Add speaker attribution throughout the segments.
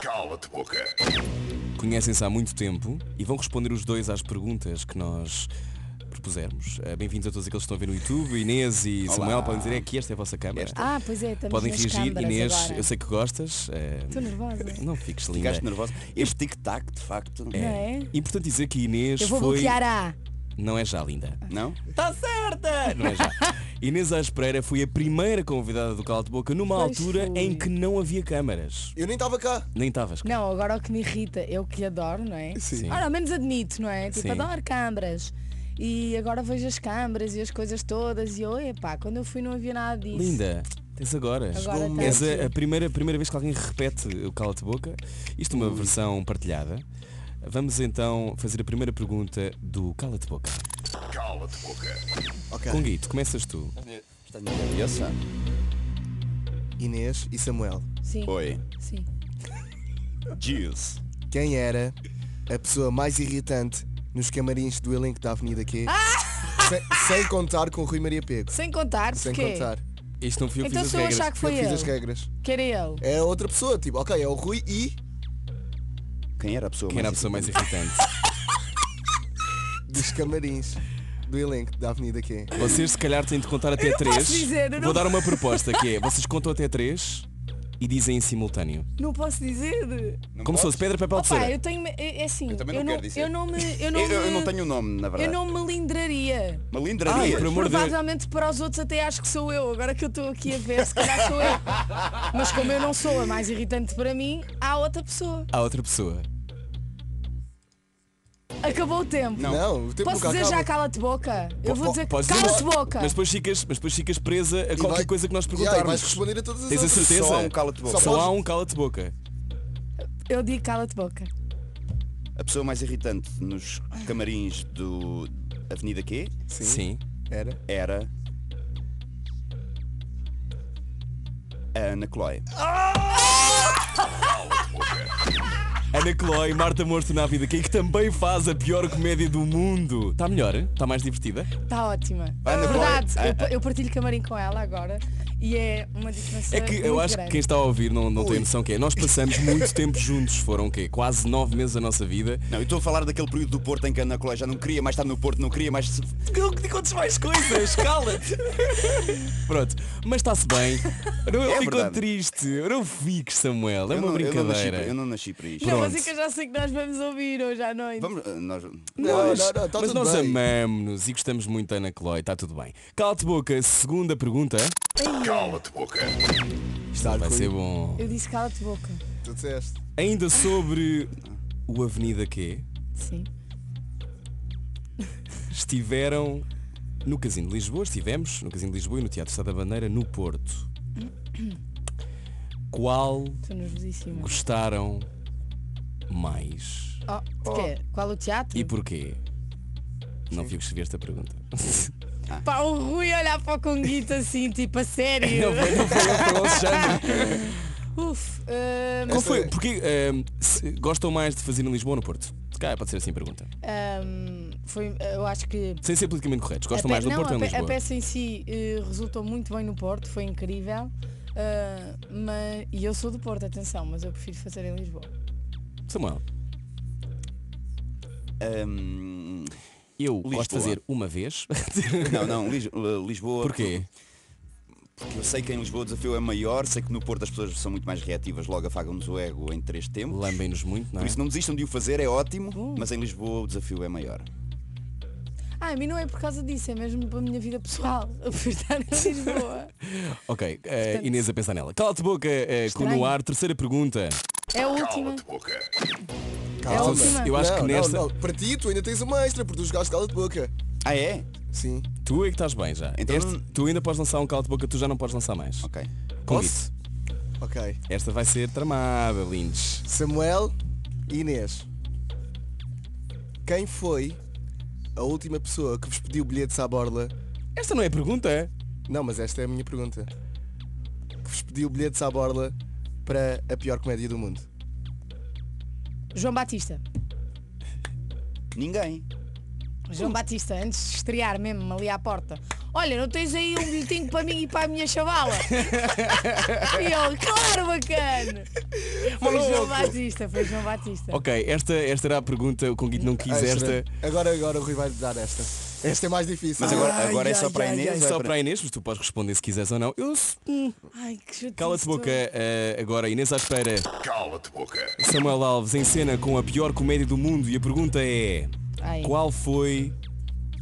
Speaker 1: Cala-te boca.
Speaker 2: Conhecem-se há muito tempo e vão responder os dois às perguntas que nós propusermos. Eh, Bem-vindos a todos aqueles que estão a ver no YouTube. Inês e Samuel podem dizer é que esta é a vossa câmara.
Speaker 3: Ah, pois é, estamos
Speaker 2: Podem
Speaker 3: nas
Speaker 2: reagir.
Speaker 3: câmaras
Speaker 2: Inês,
Speaker 3: agora.
Speaker 2: eu sei que gostas. eh,
Speaker 3: Estou nervosa.
Speaker 2: Não fiques linda.
Speaker 4: Ficaste nervosa. Este tic-tac, de facto.
Speaker 3: Não é?
Speaker 2: Importante dizer que Inês
Speaker 3: Eu vou
Speaker 2: foi.
Speaker 3: bloquear a Ah.
Speaker 2: Não é já linda.
Speaker 4: Não?
Speaker 2: Está certa! Não é já. Inês Aires Pereira foi a primeira convidada do Cala de Boca numa
Speaker 3: Pois
Speaker 2: altura
Speaker 3: fui.
Speaker 2: em que não havia câmaras.
Speaker 1: Eu nem estava cá.
Speaker 2: Nem estavas. cá.
Speaker 3: Não, agora o que me irrita, eu que adoro, não é?
Speaker 2: Sim.
Speaker 3: Ora, ao menos admito, não é? Tipo,
Speaker 2: Sim.
Speaker 3: adoro câmaras. E agora vejo as câmaras e as coisas todas e eu, epá, quando eu fui não havia nada disso.
Speaker 2: Linda, tens agora.
Speaker 3: Agora está
Speaker 2: És
Speaker 3: aqui.
Speaker 2: a, a primeira, primeira vez que alguém repete o cala-te boca. Isto é
Speaker 3: Hum.
Speaker 2: uma versão partilhada. Vamos então fazer a primeira pergunta do cala-te boca.
Speaker 1: Cala-te boca.
Speaker 5: Ok.
Speaker 2: Conguito, começas tu.
Speaker 4: Estás nervosa?
Speaker 5: Inês e Samuel.
Speaker 3: Sim,
Speaker 4: Oi.
Speaker 3: sim.
Speaker 4: Juice.
Speaker 5: Quem era a pessoa mais irritante nos camarins do elenco da Avenida Q? Sem, sem contar com o Rui Maria Pego.
Speaker 3: Sem contar,
Speaker 5: Sem
Speaker 3: porque
Speaker 5: contar.
Speaker 2: Isto não fui eu que
Speaker 3: Então
Speaker 2: fiz as
Speaker 3: sou eu a
Speaker 2: regras.
Speaker 3: achar que foi
Speaker 5: eu que fiz
Speaker 3: ele.
Speaker 5: as regras.
Speaker 3: que era ele.
Speaker 5: É outra pessoa, tipo, ok, é o Rui e.
Speaker 4: Quem era a pessoa
Speaker 2: Quem
Speaker 4: mais
Speaker 2: era a pessoa mais
Speaker 4: importante?
Speaker 2: irritante?
Speaker 5: dos camarins do elenco da Avenida Q.
Speaker 2: Vocês se calhar têm de contar até
Speaker 3: não
Speaker 2: três.
Speaker 3: posso dizer, eu
Speaker 2: Vou
Speaker 3: não-
Speaker 2: dar uma proposta que é, vocês contam até três e dizem em simultâneo.
Speaker 3: Não posso dizer.
Speaker 2: Como se fosse pedra, papel,
Speaker 3: Opa,
Speaker 2: tesoura.
Speaker 3: eu tenho. É é assim, eu,
Speaker 4: também não
Speaker 3: não,
Speaker 4: quero dizer.
Speaker 3: eu não me. Eu não,
Speaker 4: Eu, eu
Speaker 3: me-
Speaker 4: não tenho o nome, na
Speaker 3: eu
Speaker 4: verdade.
Speaker 3: não me lindraria.
Speaker 2: Ai,
Speaker 4: Malindraria.
Speaker 2: por amor de Deus.
Speaker 3: Provavelmente para os outros até acho que sou eu, agora que eu estou aqui a ver, se calhar sou eu. Mas como eu não sou a mais irritante para mim, há outra pessoa.
Speaker 2: Há outra pessoa.
Speaker 3: Acabou o tempo.
Speaker 4: Não.
Speaker 5: Não, o tempo
Speaker 3: Posso
Speaker 5: nunca
Speaker 3: dizer já
Speaker 5: acaba.
Speaker 3: cala-te boca? Eu vou
Speaker 2: Po-
Speaker 3: dizer
Speaker 2: podes dizer,
Speaker 3: cala-te
Speaker 2: mas-
Speaker 3: boca.
Speaker 2: Mas depois ficas, mas depois ficas presa a
Speaker 5: E
Speaker 2: qualquer
Speaker 5: vai-
Speaker 2: coisa que nós
Speaker 5: Yeah,
Speaker 2: perguntarmos.
Speaker 5: e vais responder a todas as
Speaker 2: Tens a
Speaker 5: outras.
Speaker 2: certeza?
Speaker 4: Só há um cala-te-boca.
Speaker 2: Só
Speaker 5: Só
Speaker 2: há
Speaker 5: podes-
Speaker 2: um cala-te-boca.
Speaker 3: Eu digo cala-te boca.
Speaker 4: A pessoa mais irritante nos camarins do Avenida Q
Speaker 2: Sim.
Speaker 5: Era.
Speaker 4: era a Ana Chloe.
Speaker 2: Ana Chloe, Marta Morto na vida, que é que também faz a pior comédia do mundo. Está melhor? Está mais divertida?
Speaker 3: Está Tá ótima.
Speaker 4: Ana Paula-
Speaker 3: Verdade,
Speaker 4: Ah,
Speaker 3: eu, pa- eu partilho camarim com ela agora e é uma diferença.
Speaker 2: É que eu
Speaker 3: muito
Speaker 2: acho que
Speaker 3: grande.
Speaker 2: quem está a ouvir não, não tem noção que é. Nós passamos muito tempo juntos, foram o quê? Quase nove meses da nossa vida.
Speaker 4: Não, eu estou a falar daquele período do Porto em que a Ana Chloe já não queria mais estar no Porto, não queria mais. se-
Speaker 2: Contes mais coisas, cala-te! Pronto, mas está-se bem. Não, eu
Speaker 4: É
Speaker 2: fico
Speaker 4: verdade.
Speaker 2: triste. Não fiques, Samuel. É
Speaker 4: eu, não,
Speaker 2: uma
Speaker 4: eu não nasci,
Speaker 2: brincadeira.
Speaker 4: para- eu não nasci para isto.
Speaker 3: Não, mas
Speaker 2: Pronto.
Speaker 3: é que eu já sei que nós vamos ouvir hoje à noite.
Speaker 4: Vamos. ah, Nós...
Speaker 5: Não, não, não, tá
Speaker 2: Mas
Speaker 5: tudo
Speaker 2: nós
Speaker 5: bem.
Speaker 2: amamos-nos e gostamos muito da Ana Chloe, está tudo bem. Cala-te boca, segunda pergunta.
Speaker 1: Cala-te boca.
Speaker 2: Isto não vai ser bom.
Speaker 3: Eu disse cala-te boca.
Speaker 5: Tu disseste.
Speaker 2: Ainda sobre o Avenida Q,
Speaker 3: Sim.
Speaker 2: estiveram no Casino de Lisboa, estivemos no Casino de Lisboa e no Teatro Estado da Bandeira, no Porto. Qual
Speaker 3: Estou nervosíssima.
Speaker 2: gostaram mais?
Speaker 3: Oh, de quê? Qual o teatro?
Speaker 2: E porquê? Não vi o que escrevi esta pergunta.
Speaker 3: Pá, o Rui olhar para o Conguito assim, tipo, a sério.
Speaker 2: Não foi, não foi, não foi o Alexandre.
Speaker 3: Uf, hum,
Speaker 2: Qual
Speaker 4: é-
Speaker 2: foi? Porque hum, se- gostam mais de fazer em Lisboa ou no Porto? Se calhar pode ser assim a pergunta.
Speaker 3: hum, foi, eu acho que.
Speaker 2: Sem ser politicamente corretos.
Speaker 3: a
Speaker 2: Gostam
Speaker 3: pe-
Speaker 2: mais no
Speaker 3: não,
Speaker 2: Porto
Speaker 3: a,
Speaker 2: ou em
Speaker 3: pe-
Speaker 2: Lisboa?
Speaker 3: a peça em si eh, resultou muito bem no Porto, foi incrível. Ah, mas, e eu sou do Porto, atenção, mas eu prefiro fazer em Lisboa.
Speaker 2: Samuel,
Speaker 4: eh, Ahm,
Speaker 2: eu gosto
Speaker 4: Lisboa.
Speaker 2: de fazer uma vez.
Speaker 4: hum, não, não, Lis- eh, Lisboa.
Speaker 2: Porquê?
Speaker 4: Porque eu sei que em Lisboa o desafio é maior, sei que no Porto as pessoas são muito mais reativas, logo afagam-nos o ego em três tempos.
Speaker 2: Lambem-nos muito, não
Speaker 4: Por
Speaker 2: é?
Speaker 4: isso não desistam de o fazer, é ótimo,
Speaker 3: Bom.
Speaker 4: mas em Lisboa o desafio é maior.
Speaker 3: Ah, a mim não é por causa disso, é mesmo para a minha vida pessoal. Eu prefiro estar em Lisboa.
Speaker 2: Ok, eh, Inês a pensar nela. Cala-te boca, eh, com no
Speaker 3: Estranho.
Speaker 2: ar, terceira pergunta.
Speaker 3: É a última.
Speaker 1: Cala-te boca.
Speaker 3: É a
Speaker 5: Calma.
Speaker 3: última.
Speaker 2: Eu acho
Speaker 5: Não,
Speaker 2: que
Speaker 5: não,
Speaker 2: nesta.
Speaker 5: não. Para ti, tu ainda tens uma extra, porque tu jogaste cala de boca.
Speaker 4: Ah é?
Speaker 5: Sim.
Speaker 2: Tu é que estás bem já.
Speaker 4: Então
Speaker 2: Este-
Speaker 4: não-
Speaker 2: tu ainda podes lançar um cala-te boca, tu já não podes lançar mais.
Speaker 4: Ok.
Speaker 2: Com
Speaker 5: Posso?
Speaker 2: isso.
Speaker 5: Ok.
Speaker 2: Esta vai ser tramada, lindes.
Speaker 5: Samuel e Inês. Quem foi a última pessoa que vos pediu bilhetes à borla?
Speaker 2: Esta não é pergunta.
Speaker 5: Não, mas esta é a minha pergunta. Que vos pediu bilhetes à borla para a pior comédia do mundo?
Speaker 3: João Batista.
Speaker 4: Ninguém.
Speaker 3: João Batista, antes de estrear mesmo ali à porta. olha, não tens aí um bilhetinho para mim e para a minha chavala? e ele, claro, bacana. Foi
Speaker 2: Maluco.
Speaker 3: João Batista, foi João Batista.
Speaker 2: Ok, esta, esta era a pergunta, o Conguito não quis
Speaker 5: Ah,
Speaker 2: esta.
Speaker 5: excelente. Agora, agora o Rui vai lhe dar esta. Esta é mais difícil.
Speaker 4: Mas agora,
Speaker 3: Ai,
Speaker 4: agora é
Speaker 3: ai,
Speaker 4: só para a
Speaker 3: ai,
Speaker 4: Inês? ou
Speaker 3: ai,
Speaker 4: é
Speaker 2: Só
Speaker 4: para-
Speaker 2: para a Inês, mas tu podes responder se quiseres ou não. Eu hum,
Speaker 3: Ai, que chatice
Speaker 2: cala-te boca
Speaker 3: toda.
Speaker 2: eh, agora, Inês à espera.
Speaker 1: Cala-te boca.
Speaker 2: Samuel Alves em cena com a pior comédia do mundo e a pergunta é
Speaker 3: Ai.
Speaker 2: qual foi.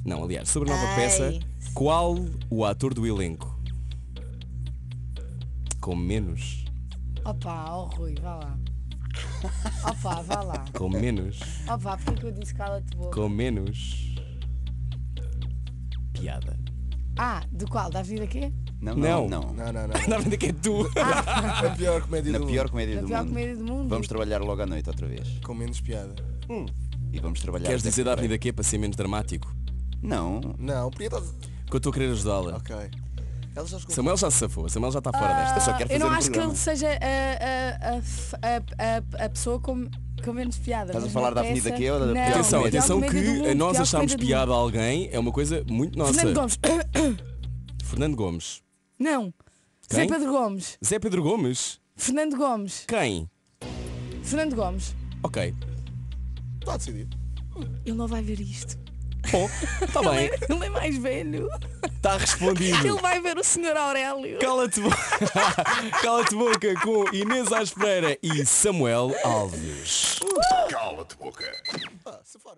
Speaker 2: Não, aliás, sobre a nova
Speaker 3: Ai.
Speaker 2: peça, qual o ator do elenco? Com menos.
Speaker 3: Opa, ó Rui, vá lá. Opa, vá lá.
Speaker 2: Com menos.
Speaker 3: Opa, porque que eu disse cala-te boca?
Speaker 2: Com menos. Piada.
Speaker 3: Ah, do qual? Da vida quê?
Speaker 4: Não, não,
Speaker 2: Não.
Speaker 4: não.
Speaker 5: Não, não, não.
Speaker 2: Na verdade que é tu.
Speaker 3: Ah.
Speaker 5: A pior comédia
Speaker 4: Na
Speaker 5: do
Speaker 4: pior
Speaker 5: mundo.
Speaker 4: comédia
Speaker 3: Na
Speaker 4: do
Speaker 3: pior
Speaker 4: mundo.
Speaker 3: comédia do mundo.
Speaker 4: Vamos trabalhar logo à noite outra vez.
Speaker 5: Com menos piada.
Speaker 4: E vamos trabalhar.
Speaker 2: Queres
Speaker 4: até
Speaker 2: dizer da
Speaker 4: fevereiro.
Speaker 2: Avenida Q para ser menos dramático?
Speaker 4: Não.
Speaker 5: Não, piada.
Speaker 2: Porque eu estou a querer ajudá-la.
Speaker 5: Ok. Ela já escutou.
Speaker 2: Samuel já se safou, Samuel já está fora desta.
Speaker 4: Eu só quero
Speaker 3: Ah,
Speaker 4: fazer
Speaker 3: eu não
Speaker 4: um
Speaker 3: acho que
Speaker 4: programa.
Speaker 3: ele seja a, a- a f- a- a- a pessoa com, com menos piada.
Speaker 4: Estás a
Speaker 3: mas
Speaker 4: falar
Speaker 3: na
Speaker 4: da Avenida
Speaker 3: peça-
Speaker 4: Q ou da
Speaker 3: Não,
Speaker 4: pior
Speaker 2: Atenção,
Speaker 3: pior
Speaker 4: comédia?
Speaker 2: atenção
Speaker 3: comédia do
Speaker 2: que
Speaker 3: mundo,
Speaker 2: nós
Speaker 3: pior
Speaker 2: acharmos
Speaker 3: comédia do
Speaker 2: piada a alguém é uma coisa muito
Speaker 3: mundo.
Speaker 2: nossa.
Speaker 3: Fernando Gomes.
Speaker 2: Fernando Gomes.
Speaker 3: Não.
Speaker 2: Quem?
Speaker 3: Zé Pedro Gomes.
Speaker 2: Zé Pedro Gomes?
Speaker 3: Fernando Gomes.
Speaker 2: Quem?
Speaker 3: Fernando Gomes.
Speaker 2: Ok.
Speaker 5: Está Tá decidido.
Speaker 3: Ele não vai ver isto.
Speaker 2: Bom, está tá bem.
Speaker 3: Ele é mais velho.
Speaker 2: Está respondido.
Speaker 3: Ele vai ver o senhor Aurélio.
Speaker 2: Cala-te boca. Cala-te boca com Inês Aspereira e Samuel Alves.
Speaker 1: Cala-te boca.
Speaker 5: Ah, se for.